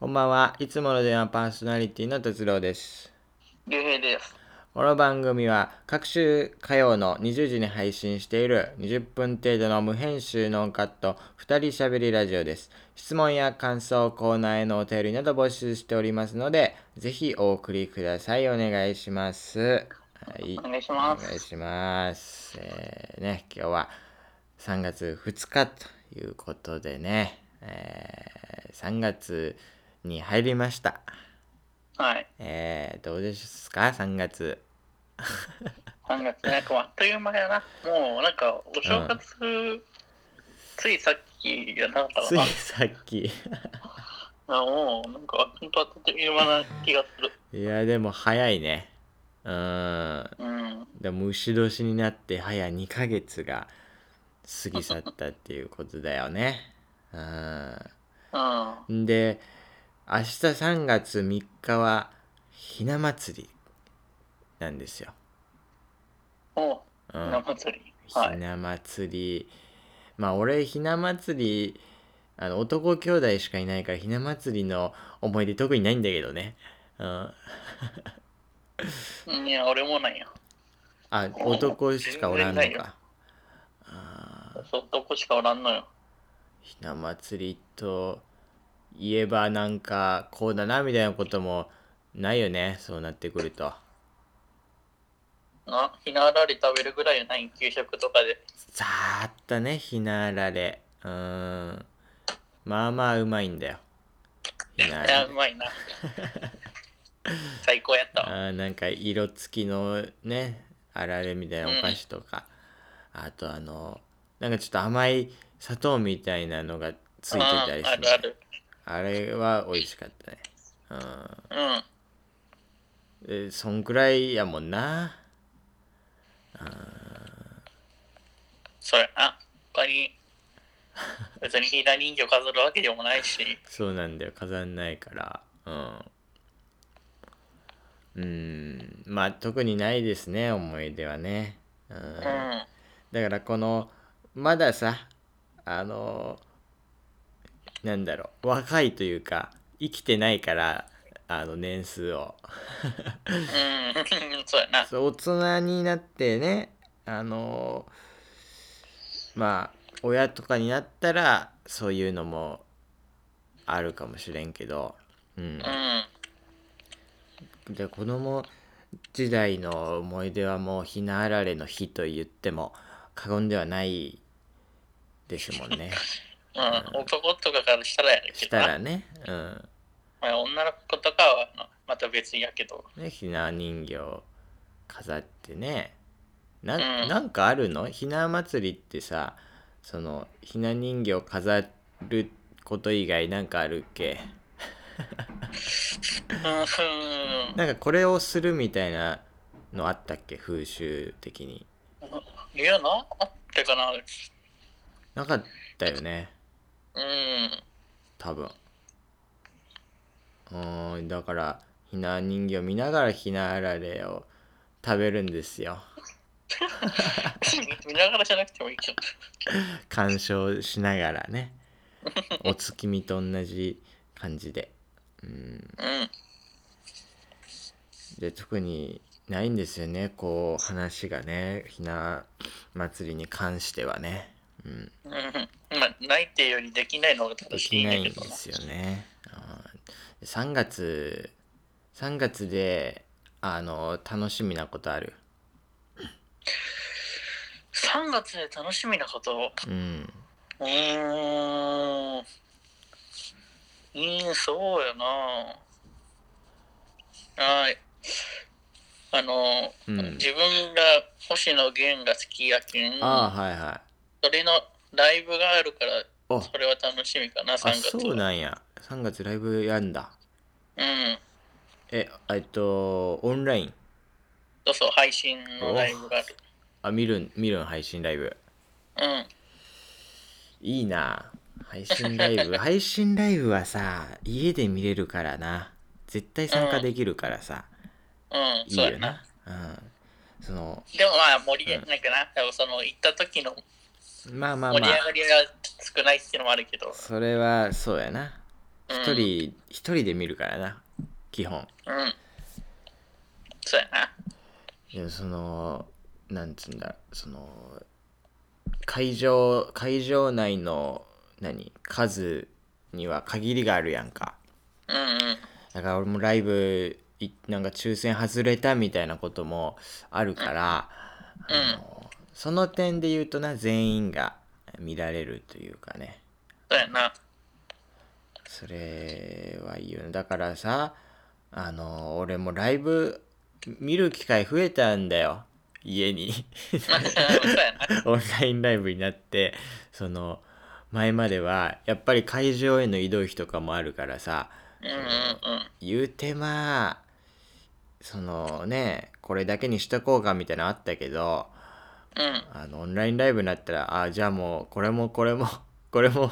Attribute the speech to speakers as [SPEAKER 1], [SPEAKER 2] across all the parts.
[SPEAKER 1] こんばんは。いつもの電話パーソナリティの哲郎です。
[SPEAKER 2] 竜兵です。
[SPEAKER 1] この番組は各週火曜の20時に配信している20分程度の無編集ノンカット2人しゃべりラジオです。質問や感想、コーナーへのお便りなど募集しておりますので、ぜひお送りください。お願いします。はい
[SPEAKER 2] お。願いしま
[SPEAKER 1] お願い
[SPEAKER 2] す。
[SPEAKER 1] します。えーね、今日は3月2日ということでね、えー3月に入りました。
[SPEAKER 2] はい。
[SPEAKER 1] えーどうですか ?3 月。
[SPEAKER 2] 3月なんかあっという間やな。もうなんかお正月、ついさっきやなかった
[SPEAKER 1] つい
[SPEAKER 2] か
[SPEAKER 1] さっき。
[SPEAKER 2] な。もうなんか本当あっという間な気がする。
[SPEAKER 1] いや、でも早いね。うーん。
[SPEAKER 2] うん。
[SPEAKER 1] でも牛年になって早2ヶ月が過ぎ去ったっていうことだよね。うん。
[SPEAKER 2] うん。
[SPEAKER 1] で明日3月3日はひな祭りなんですよ。
[SPEAKER 2] おう、
[SPEAKER 1] う、
[SPEAKER 2] ひなん祭り。は
[SPEAKER 1] ひ
[SPEAKER 2] い。
[SPEAKER 1] な祭りまあ俺ひな祭りあの男兄弟しかいないからひな祭りの思い出特にないんだけどね。うん、
[SPEAKER 2] うんいや、俺もなんや。
[SPEAKER 1] あ男しかおらんの
[SPEAKER 2] 全然ない
[SPEAKER 1] か。あー
[SPEAKER 2] そう、どこしかおらんのよ。
[SPEAKER 1] ひな祭りといえばなんかこうだなみたいなこともないよねそうなってくると。
[SPEAKER 2] な、ひなあられ食べるぐらいやない給食とかで。
[SPEAKER 1] ざーっとねひなあられうーんまあまあうまいんだよひなあ
[SPEAKER 2] いや、
[SPEAKER 1] ら
[SPEAKER 2] う
[SPEAKER 1] れ
[SPEAKER 2] ま いな。最高やった
[SPEAKER 1] あ
[SPEAKER 2] わ。
[SPEAKER 1] ーなんか色付きのねあられみたいなお菓子とか、あとあのなんかちょっと甘い砂糖みたいなのがついてたり
[SPEAKER 2] うんあ
[SPEAKER 1] して、
[SPEAKER 2] るある。
[SPEAKER 1] あれは美味しかったね
[SPEAKER 2] うん。
[SPEAKER 1] うんえそんくらいやもんな
[SPEAKER 2] それな他に 別にひな人形飾るわけでもないし
[SPEAKER 1] そうなんだよ飾んないからうんうんまあ特にないですね思い出はねうん
[SPEAKER 2] うん
[SPEAKER 1] だからこのまださあのなんだろう若いというか生きてないからあの年数を
[SPEAKER 2] うん そうやな
[SPEAKER 1] そう大人になってねあのまあ親とかになったらそういうのもあるかもしれんけど、うん、
[SPEAKER 2] うん
[SPEAKER 1] で子供時代の思い出はもうひなあられの日と言っても過言ではないですもんね
[SPEAKER 2] うん、男とかからしたらやるけ
[SPEAKER 1] し
[SPEAKER 2] ど
[SPEAKER 1] た
[SPEAKER 2] な
[SPEAKER 1] らね、うん
[SPEAKER 2] まあ、女の子とかはあのまた別やけど
[SPEAKER 1] ね、ひな人形飾ってねな
[SPEAKER 2] うん
[SPEAKER 1] なんかあるのひな祭りってさそのひな人形飾ること以外なんかあるっけ
[SPEAKER 2] うんうん
[SPEAKER 1] なんかこれをするみたいなのあったっけ風習的に
[SPEAKER 2] いやなあってかな
[SPEAKER 1] なかったよね
[SPEAKER 2] うん
[SPEAKER 1] 多分うーんだからひな人形見ながらひなあられを食べるんですよ
[SPEAKER 2] 見ながらじゃなくてもいいけど
[SPEAKER 1] 鑑賞しながらねお月見と同じ感じでうん
[SPEAKER 2] うん
[SPEAKER 1] で特にないんですよねこう話がねひな祭りに関してはね、うん、
[SPEAKER 2] うんまあないっていうよりできないのが
[SPEAKER 1] で
[SPEAKER 2] 正し
[SPEAKER 1] き
[SPEAKER 2] いん
[SPEAKER 1] な
[SPEAKER 2] だ
[SPEAKER 1] いん
[SPEAKER 2] け
[SPEAKER 1] で
[SPEAKER 2] どな
[SPEAKER 1] すよねうん3月3月であの楽しみなことある
[SPEAKER 2] 3月で楽しみなこと
[SPEAKER 1] うん
[SPEAKER 2] うーん。うん、そうやな。はい。あの、
[SPEAKER 1] うん
[SPEAKER 2] 自分が星野源が好きやけん、
[SPEAKER 1] ああはいはい
[SPEAKER 2] それのライブがあるから、
[SPEAKER 1] あ
[SPEAKER 2] それは楽しみかな、3
[SPEAKER 1] あ
[SPEAKER 2] 月は。
[SPEAKER 1] そうなんや3月ライブやんだ
[SPEAKER 2] うん。
[SPEAKER 1] ええっとオンライン
[SPEAKER 2] そうそう、配信のライブがある。
[SPEAKER 1] あ見るん見るん配信ライブ
[SPEAKER 2] うん。
[SPEAKER 1] いいな配信ラ イブ配信ライブはさ家で見れるからな絶対参加できるからさ、
[SPEAKER 2] うん、
[SPEAKER 1] いい
[SPEAKER 2] そう
[SPEAKER 1] よ
[SPEAKER 2] やな。
[SPEAKER 1] なうんその
[SPEAKER 2] でもまあ、盛り上がなんかな、多分その行った時の
[SPEAKER 1] まあまあ
[SPEAKER 2] 盛り
[SPEAKER 1] ま
[SPEAKER 2] 上
[SPEAKER 1] あ
[SPEAKER 2] がりが少ないっていうのもあるけど、
[SPEAKER 1] それはそうやな一人、一人で見るからな、基本。
[SPEAKER 2] うん。そうやな。
[SPEAKER 1] いやそのなんつうんだその会場会場内の何数には限りがあるやんか
[SPEAKER 2] うんうん。
[SPEAKER 1] だから俺もライブいなんか抽選外れたみたいなこともあるから、あのその点で言うとな全員が見られるというかね
[SPEAKER 2] そうやな。
[SPEAKER 1] それはいいよねだからさあの俺もライブ見る機会増えたんだよ家に。
[SPEAKER 2] まあ、そうやな。
[SPEAKER 1] オンラインライブになってその前まではやっぱり会場への移動費とかもあるからさ
[SPEAKER 2] うんうんうん。
[SPEAKER 1] 言うてまあそのねこれだけにしとこうかみたいなのあったけど
[SPEAKER 2] うん。
[SPEAKER 1] あのオンラインライブになったらあじゃあもうこれもこれもこれも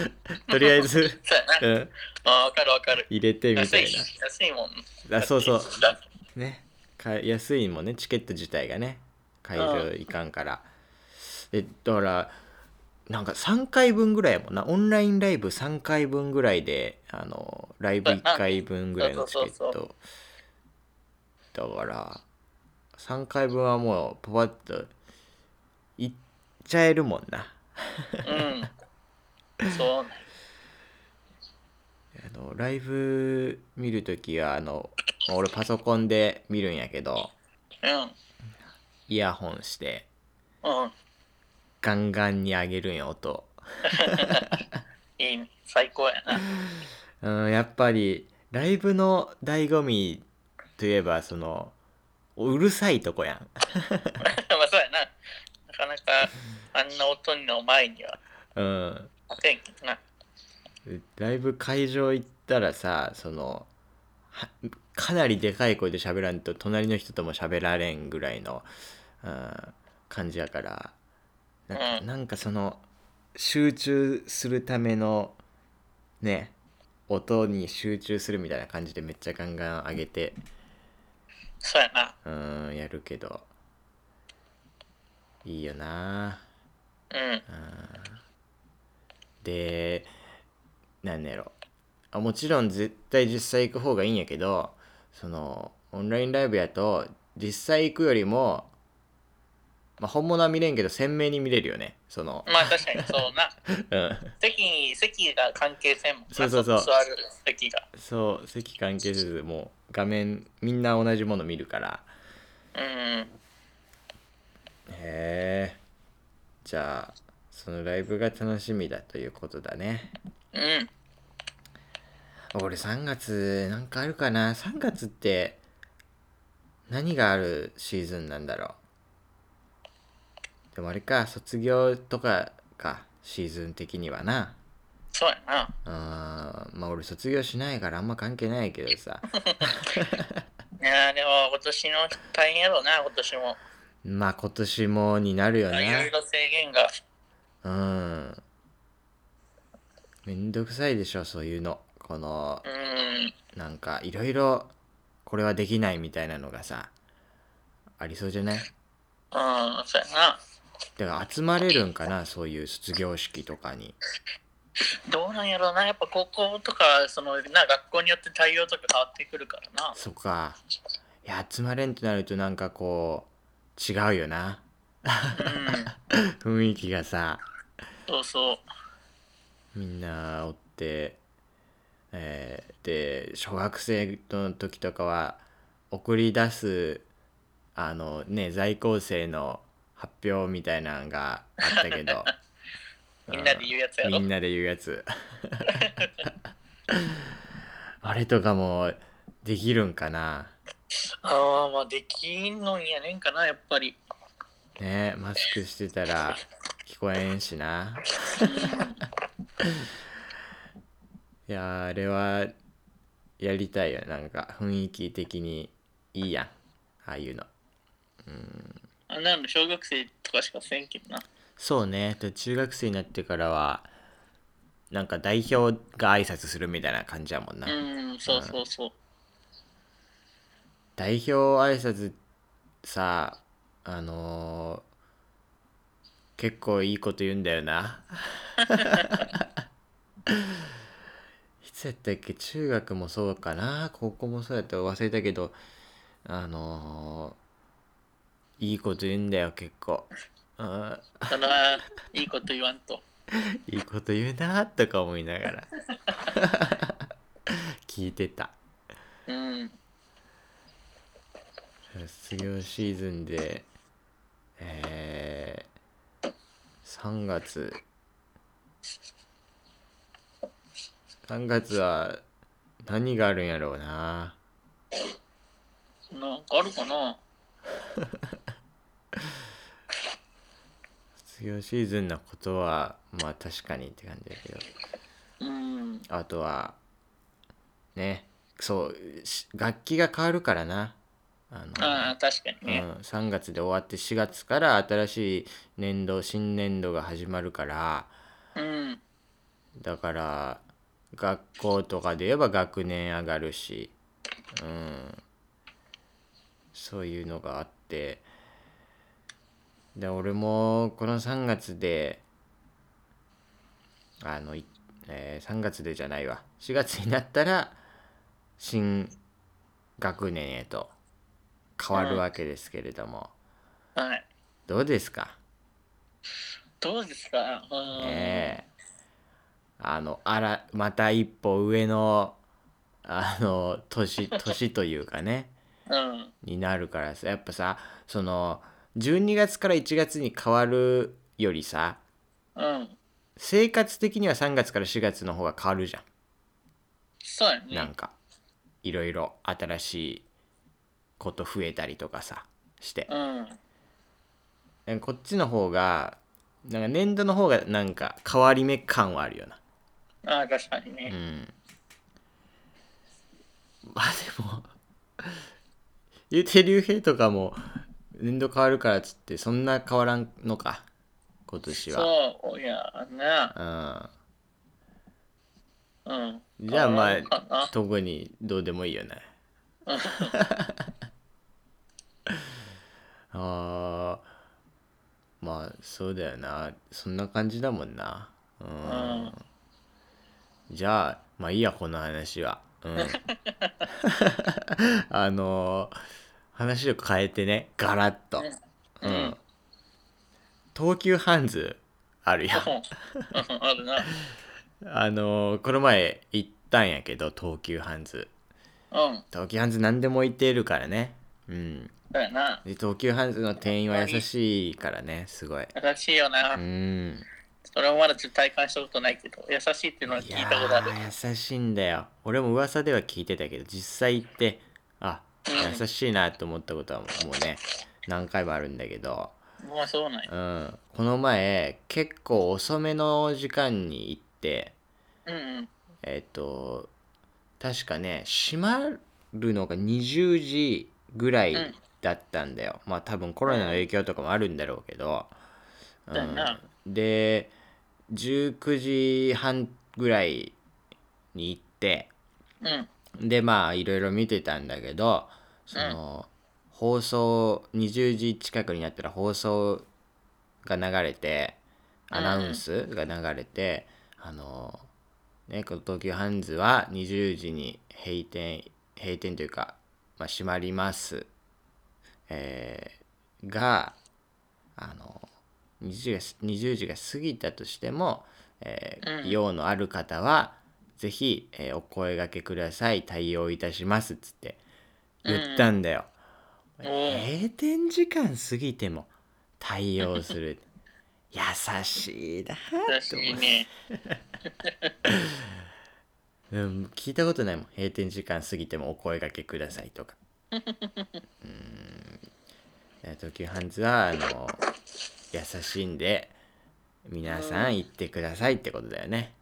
[SPEAKER 1] とりあえず、
[SPEAKER 2] そうや
[SPEAKER 1] う
[SPEAKER 2] な。
[SPEAKER 1] ん、
[SPEAKER 2] あわかるわかる。
[SPEAKER 1] 入れてみ
[SPEAKER 2] 安
[SPEAKER 1] た
[SPEAKER 2] い
[SPEAKER 1] い
[SPEAKER 2] し、安いもん。
[SPEAKER 1] なあそうそう
[SPEAKER 2] だって
[SPEAKER 1] ねか安いもんねチケット自体がね会場
[SPEAKER 2] う
[SPEAKER 1] 行かんから、でだからなんか3回分ぐらいやもんなオンラインライブ3回分ぐらいであのライブ1回分ぐらいのチケッ
[SPEAKER 2] そうそう
[SPEAKER 1] トだから3回分はもうパパッといっちゃえるもんな
[SPEAKER 2] うん。そうね。
[SPEAKER 1] あのライブ見るときはあの俺パソコンで見るんやけどイヤホンして
[SPEAKER 2] うん。うん。
[SPEAKER 1] ガンガンに上げるんよ音
[SPEAKER 2] いいね。最高やな。
[SPEAKER 1] うん、やっぱりライブの醍醐味といえばそのうるさいとこやん、
[SPEAKER 2] まあそうやな。なかなかあんな音の前には
[SPEAKER 1] うん、
[SPEAKER 2] 立てんけどな。
[SPEAKER 1] ライブ会場行ったらさそのはかなりでかい声で喋らんと隣の人とも喋られんぐらいの、うん、感じやからなんか,、
[SPEAKER 2] うん
[SPEAKER 1] なんかその集中するためのね音に集中するみたいな感じでめっちゃガンガン上げて
[SPEAKER 2] そうやな。
[SPEAKER 1] うんやるけどいいよな
[SPEAKER 2] うん。
[SPEAKER 1] でなんやろあもちろん絶対実際行く方がいいんやけどそのオンラインライブやと実際行くよりも、まあ、本物は見れんけど鮮明に見れるよねその、
[SPEAKER 2] まあ確かにそうな。
[SPEAKER 1] うん、
[SPEAKER 2] 席に、席が関係せんもんな
[SPEAKER 1] そうそうそう
[SPEAKER 2] 座る席が。
[SPEAKER 1] そう席関係せずもう画面みんな同じもの見るから
[SPEAKER 2] うん。
[SPEAKER 1] へえじゃあそのライブが楽しみだということだね
[SPEAKER 2] うん。
[SPEAKER 1] 俺3月なんかあるかな3月って何があるシーズンなんだろうでもあれか卒業とかかシーズン的にはな
[SPEAKER 2] そうやな。
[SPEAKER 1] あーまあ俺卒業しないからあんま関係ないけどさ
[SPEAKER 2] いやーでも今年の大変やろうな、今年も。
[SPEAKER 1] まあ今年もになるよ
[SPEAKER 2] いろい
[SPEAKER 1] ね
[SPEAKER 2] ろ制限が。
[SPEAKER 1] うんめんどくさいでしょそういうのこの
[SPEAKER 2] うん。
[SPEAKER 1] なんかいろいろこれはできないみたいなのがさありそうじゃない
[SPEAKER 2] うん、そうやな。
[SPEAKER 1] だから集まれるんかなそういう卒業式とかに
[SPEAKER 2] どうなんやろうな、やっぱ高校とか、そのな学校によって対応とか変わってくるからな。
[SPEAKER 1] そっかいや集まれんとなるとなんかこう違うよな
[SPEAKER 2] うん、
[SPEAKER 1] 雰囲気がさ
[SPEAKER 2] そうそう。
[SPEAKER 1] みんなおって、えーで小学生の時とかは送り出すあのね在校生の発表みたいなのがあったけど
[SPEAKER 2] みんなで言うやつやろ。
[SPEAKER 1] みんなで言うやつ あれとかもできるんかな
[SPEAKER 2] ああ、まあできんのんやねんかな、やっぱり。
[SPEAKER 1] ねマスクしてたら聞こえんしな
[SPEAKER 2] うん
[SPEAKER 1] いやーあれはやりたいよなんか雰囲気的にいいやんああいうの
[SPEAKER 2] あんなの小学生とかしかせんけどな。
[SPEAKER 1] そうねで中学生になってからはなんか代表が挨拶するみたいな感じやもんな、
[SPEAKER 2] うん、そうそうそう。
[SPEAKER 1] 代表挨拶さあのー結 構いいこと言うんだよないつやったっけ中学もそうかな高校もそうやった忘れたけどあのーいいこと言うんだよ結構あ
[SPEAKER 2] ただ、いいこと言わんと。
[SPEAKER 1] ーいいこと言うなーとか思いながら 聞いてた
[SPEAKER 2] うん。
[SPEAKER 1] 卒業シーズンでえー、3月3月は何があるんやろうな
[SPEAKER 2] なんかあるかな
[SPEAKER 1] 卒業シーズンのことはまあ確かにって感じだけど
[SPEAKER 2] うん。
[SPEAKER 1] あとはねそうし楽器が変わるからなあの
[SPEAKER 2] ああ、確かに
[SPEAKER 1] う
[SPEAKER 2] ね。
[SPEAKER 1] ん、3月で終わって4月から新しい年度新年度が始まるから
[SPEAKER 2] うん。
[SPEAKER 1] だから学校とかで言えば学年上がるし、うん、そういうのがあってで俺もこの3月であの、いえー3月でじゃないわ4月になったら新学年へと変わるわけですけれども、
[SPEAKER 2] はい。
[SPEAKER 1] どうですか
[SPEAKER 2] どうですかうん。
[SPEAKER 1] ええあのあらまた一歩上のあの年 年というかね
[SPEAKER 2] うん。
[SPEAKER 1] になるからさやっぱさその12月から1月に変わるよりさ
[SPEAKER 2] うん。
[SPEAKER 1] 生活的には3月から4月の方が変わるじゃ
[SPEAKER 2] そうや
[SPEAKER 1] んなん
[SPEAKER 2] ね。
[SPEAKER 1] かいろいろ新しいこと増えたりとかさして
[SPEAKER 2] うん。
[SPEAKER 1] なんかこっちの方がなんか年度の方がなんか変わり目感はあるよな
[SPEAKER 2] ああ、確かに
[SPEAKER 1] う
[SPEAKER 2] ね。
[SPEAKER 1] んまあでも言うて竜兵とかも年度変わるからっつってそんな変わらんのか今年は
[SPEAKER 2] そうやな。うん。
[SPEAKER 1] うんじゃあま
[SPEAKER 2] 変わるか
[SPEAKER 1] あ
[SPEAKER 2] な
[SPEAKER 1] 特にどうでもいいよねあーまあそうだよなそんな感じだもんなうん、
[SPEAKER 2] うん
[SPEAKER 1] じゃあまあいいやこの話はうん あのー話を変えてねガラッと
[SPEAKER 2] うんうん
[SPEAKER 1] 東急ハンズあるや ん
[SPEAKER 2] うんあるな。
[SPEAKER 1] あのーこの前行ったんやけど東急ハンズ
[SPEAKER 2] うん。
[SPEAKER 1] 東急ハンズ何でも置いてるからねうん
[SPEAKER 2] そうやな。
[SPEAKER 1] で東急ハンズの店員は優しいからねすごい
[SPEAKER 2] 優しいよな。
[SPEAKER 1] うん
[SPEAKER 2] それはまだちょっと体感したことないけど、優しいっていうのは聞
[SPEAKER 1] い
[SPEAKER 2] い
[SPEAKER 1] や
[SPEAKER 2] たことある。
[SPEAKER 1] ー優しいんだよ俺も噂では聞いてたけど実際行ってあ
[SPEAKER 2] うん
[SPEAKER 1] 優しいなと思ったことはもうね何回もあるんだけど
[SPEAKER 2] まあそうなんや。
[SPEAKER 1] うんこの前結構遅めの時間に行って
[SPEAKER 2] うんうん。
[SPEAKER 1] えっ、と確かね閉まるのが20時ぐらいだったんだよ、まあ多分コロナの影響とかもあるんだろうけど、うん
[SPEAKER 2] だよな
[SPEAKER 1] で19時半ぐらいに行って
[SPEAKER 2] うん。
[SPEAKER 1] でまあいろいろ見てたんだけどその、放送20時近くになったら放送が流れてアナウンスが流れて、あのねこの東急ハンズは20時に閉店閉店というか、まあ、閉まります、えーがあの20時が20時が過ぎたとしても、えー
[SPEAKER 2] うん
[SPEAKER 1] 用のある方はぜひ、えーお声掛けください対応いたしますっつって言ったんだよ、
[SPEAKER 2] うんおう
[SPEAKER 1] 閉店時間過ぎても対応する 優しいな
[SPEAKER 2] 優
[SPEAKER 1] って
[SPEAKER 2] し
[SPEAKER 1] 思
[SPEAKER 2] いうね。
[SPEAKER 1] うん、聞いたことないもん閉店時間過ぎてもお声掛けくださいとかうーんえ東急ハンズはあの優しいんで皆さん行ってくださいってことだよね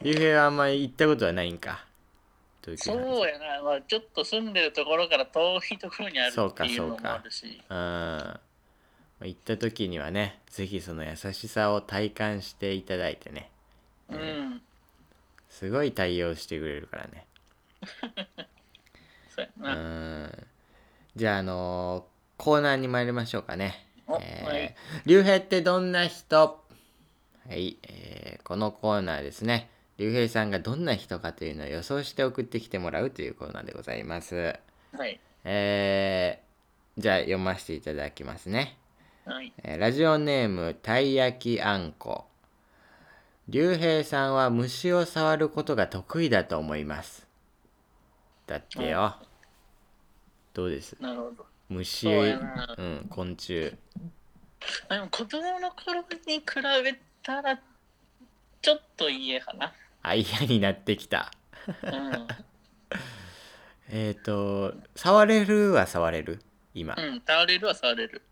[SPEAKER 1] 竜兵はあんまり行ったことはないんか東急
[SPEAKER 2] そ
[SPEAKER 1] ハンズ
[SPEAKER 2] うやな。まあちょっと住んでるところから遠いところにある
[SPEAKER 1] そう
[SPEAKER 2] っ
[SPEAKER 1] か
[SPEAKER 2] ていう
[SPEAKER 1] そ
[SPEAKER 2] の
[SPEAKER 1] う
[SPEAKER 2] も
[SPEAKER 1] か
[SPEAKER 2] あるし。
[SPEAKER 1] うんまあ行った時にはねぜひその優しさを体感していただいてね
[SPEAKER 2] うん。
[SPEAKER 1] すごい対応してくれるからね
[SPEAKER 2] そう
[SPEAKER 1] う
[SPEAKER 2] やな。
[SPEAKER 1] んじゃあ、あのーコーナーに参りましょうかね。
[SPEAKER 2] お
[SPEAKER 1] えー
[SPEAKER 2] はい
[SPEAKER 1] 竜兵ってどんな人はい、えーこのコーナーですね竜兵さんがどんな人かというのを予想して送ってきてもらうというコーナーでございます
[SPEAKER 2] はい。
[SPEAKER 1] えーじゃあ読ませていただきますね
[SPEAKER 2] はい。
[SPEAKER 1] えーラジオネームたい焼きあんこ竜兵さんは虫を触ることが得意だと思いますだってよどうです
[SPEAKER 2] なるほど。
[SPEAKER 1] 虫
[SPEAKER 2] そうやな。
[SPEAKER 1] うん昆虫
[SPEAKER 2] でも子供の頃に比べたら、ちょっと家かな。
[SPEAKER 1] あ嫌になってきた
[SPEAKER 2] う
[SPEAKER 1] えっ、と触れるは触れる今、
[SPEAKER 2] ん。うん。触れるは触れる。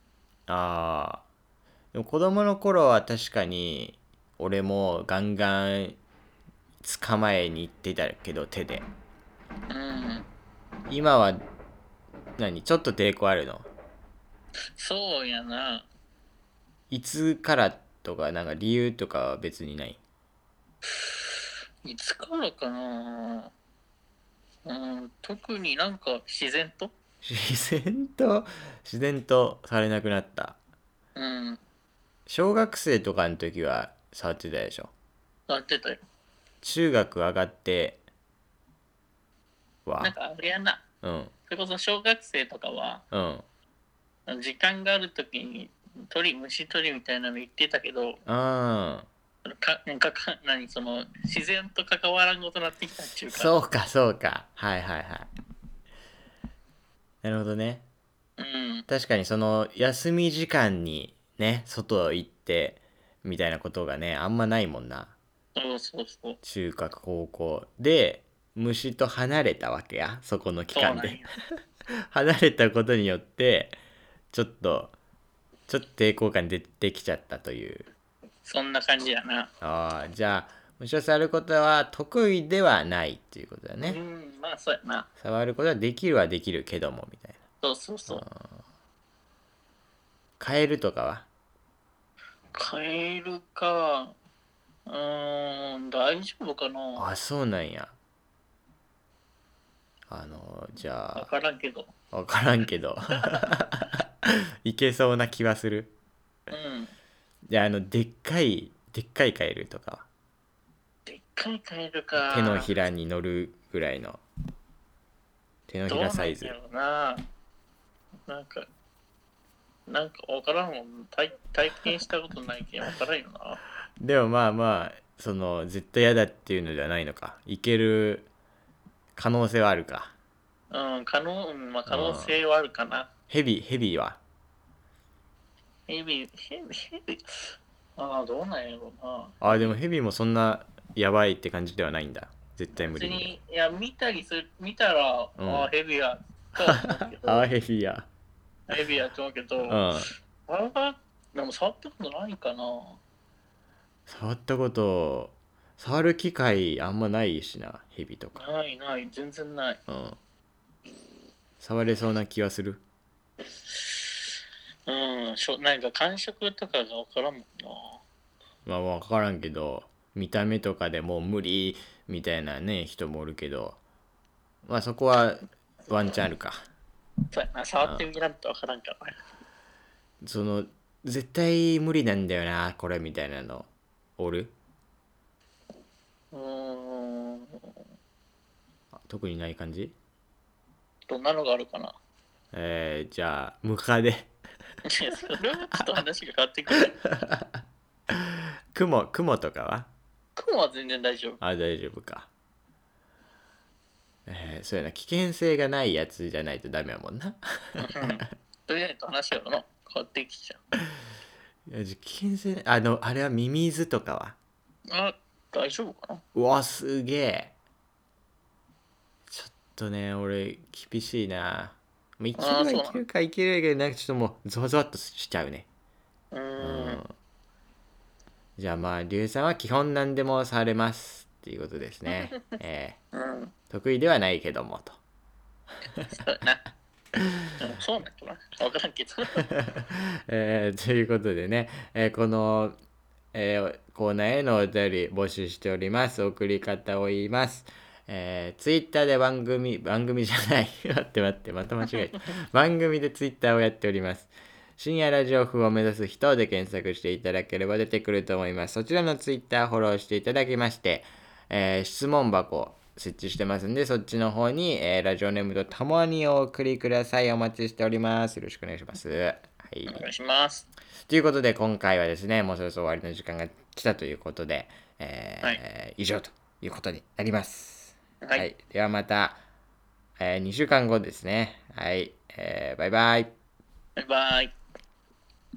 [SPEAKER 1] あーでも子供の頃は確かに俺もガンガン捕まえに行ってたけど手で
[SPEAKER 2] うん。
[SPEAKER 1] 今は何ちょっと抵抗あるの
[SPEAKER 2] そうやな。
[SPEAKER 1] いつからとかなんか理由とかは別にない
[SPEAKER 2] いつからかな。うん。特になんか自然と
[SPEAKER 1] 自然と自然とされなくなった
[SPEAKER 2] うん。
[SPEAKER 1] 小学生とかの時は触ってたでしょ
[SPEAKER 2] やってたよ。
[SPEAKER 1] 中学上がって
[SPEAKER 2] なん
[SPEAKER 1] は
[SPEAKER 2] かあれやな。
[SPEAKER 1] うん
[SPEAKER 2] それこそ小学生とかは、
[SPEAKER 1] うん
[SPEAKER 2] 時間があるときに鳥、虫取りみたいなの言ってたけど、
[SPEAKER 1] うん
[SPEAKER 2] かかか何その自然と関わらんことになってきたっていうか
[SPEAKER 1] そうかそうかはいはいはいなるほどね
[SPEAKER 2] うん
[SPEAKER 1] 確かにその休み時間にね外行ってみたいなことがねあんまないもんな
[SPEAKER 2] そうそうそう
[SPEAKER 1] 中学高校で虫と離れたわけやそこの期
[SPEAKER 2] そうなん
[SPEAKER 1] 間
[SPEAKER 2] や
[SPEAKER 1] で離れたことによってちょっとちょっと抵抗感出てきちゃったという
[SPEAKER 2] そんな感じやな、
[SPEAKER 1] ああじゃあ虫を触ることは得意ではないっていうことだ
[SPEAKER 2] う
[SPEAKER 1] ね
[SPEAKER 2] んまあそうやな
[SPEAKER 1] 触ることはできるはできるけどもみたいな
[SPEAKER 2] そうそうそう
[SPEAKER 1] カエルとかは
[SPEAKER 2] カエルかうーん大丈夫かな
[SPEAKER 1] あそうなんやあのじ
[SPEAKER 2] 分
[SPEAKER 1] ゃ
[SPEAKER 2] からんけど
[SPEAKER 1] あ分からんけど いけそうな気はする
[SPEAKER 2] うん
[SPEAKER 1] じゃああのでっかいでっかいカエルとか
[SPEAKER 2] でっかいカエルか
[SPEAKER 1] は手のひらに乗るぐらいの手のひらサイズ
[SPEAKER 2] どうなんやろうななんかなんか分からんもん体体験したことないけん分からんよな
[SPEAKER 1] でもまあまあその絶対嫌だっていうのではないのかいける可能性はあるか
[SPEAKER 2] うん、可能、うんまあ、可能性はあるかな。
[SPEAKER 1] ヘビヘビは
[SPEAKER 2] ヘビ、ヘビ、ヘビ。ああ、どうなんやろうな。
[SPEAKER 1] あでもヘビもそんなやばいって感じではないんだ絶対無
[SPEAKER 2] 別
[SPEAKER 1] 理に
[SPEAKER 2] に、いや、見たりする、見たら、
[SPEAKER 1] うん
[SPEAKER 2] ああ、ヘビや、とは思うけ ど
[SPEAKER 1] あヘビや
[SPEAKER 2] ヘビやと思うけど、あ
[SPEAKER 1] うん
[SPEAKER 2] あ、でも触ったことないかな。
[SPEAKER 1] 触ったこと触る機会あんまないしなヘビとか、
[SPEAKER 2] ないない、全然ない。
[SPEAKER 1] うん、触れそうな気はする
[SPEAKER 2] うん、しょなんか感触とかがわからんもん
[SPEAKER 1] まあ分からんけど見た目とかでもう無理みたいなね人もおるけどまあそこはワンチャンあるか
[SPEAKER 2] な。そうやな、触ってみらんとわからんからな。
[SPEAKER 1] その絶対無理なんだよなこれみたいなのおる
[SPEAKER 2] うーん、
[SPEAKER 1] あ特にない感じ
[SPEAKER 2] どんなのがあるかな。
[SPEAKER 1] えー、じゃあムカデ
[SPEAKER 2] いやそれはちょっと話が変わってくる。
[SPEAKER 1] クモクモとかは
[SPEAKER 2] 雲は全然大 丈夫。
[SPEAKER 1] あ大丈夫かえー、そうやな危険性がないやつじゃないとダメやもんな
[SPEAKER 2] うんとりあえず話やろな変わってきちゃう
[SPEAKER 1] いやじゃ危険性あのあれはミミズとかは
[SPEAKER 2] あ大丈夫かな
[SPEAKER 1] うわすげえちょっとね俺厳しいなもういける
[SPEAKER 2] あー
[SPEAKER 1] は
[SPEAKER 2] そう
[SPEAKER 1] い
[SPEAKER 2] なの
[SPEAKER 1] けるかいけるけどなんかちょっともうゾワゾワっとしちゃうね
[SPEAKER 2] う
[SPEAKER 1] う
[SPEAKER 2] ーん
[SPEAKER 1] じゃあまあ竜さんは基本何でもされますっていうことです ねえ
[SPEAKER 2] うん
[SPEAKER 1] ー得意ではないけどもと
[SPEAKER 2] そうやなうんそうなんかな分からんけど
[SPEAKER 1] えーということでね、えーこの、えーコーナーへのお便り募集しております。送り方を言います。えー、ツイッターで番 組、番組じゃない。待って待って、また間違えた。番組でツイッターをやっております。深夜ラジオ風を目指す人で検索していただければ出てくると思います。そちらのツイッターフォローしていただきまして、えー質問箱設置してますんで、そっちの方に、えーラジオネームとともにお送りください。お待ちしております。よろしくお願いします。はい。
[SPEAKER 2] お願いします。
[SPEAKER 1] ということで今回はですねもうそろそろ終わりの時間が来たということで、えー
[SPEAKER 2] は
[SPEAKER 1] 以上ということになります、
[SPEAKER 2] はい
[SPEAKER 1] ではまた、え2週間後ですねはい、えーバイバイ
[SPEAKER 2] バイバイ。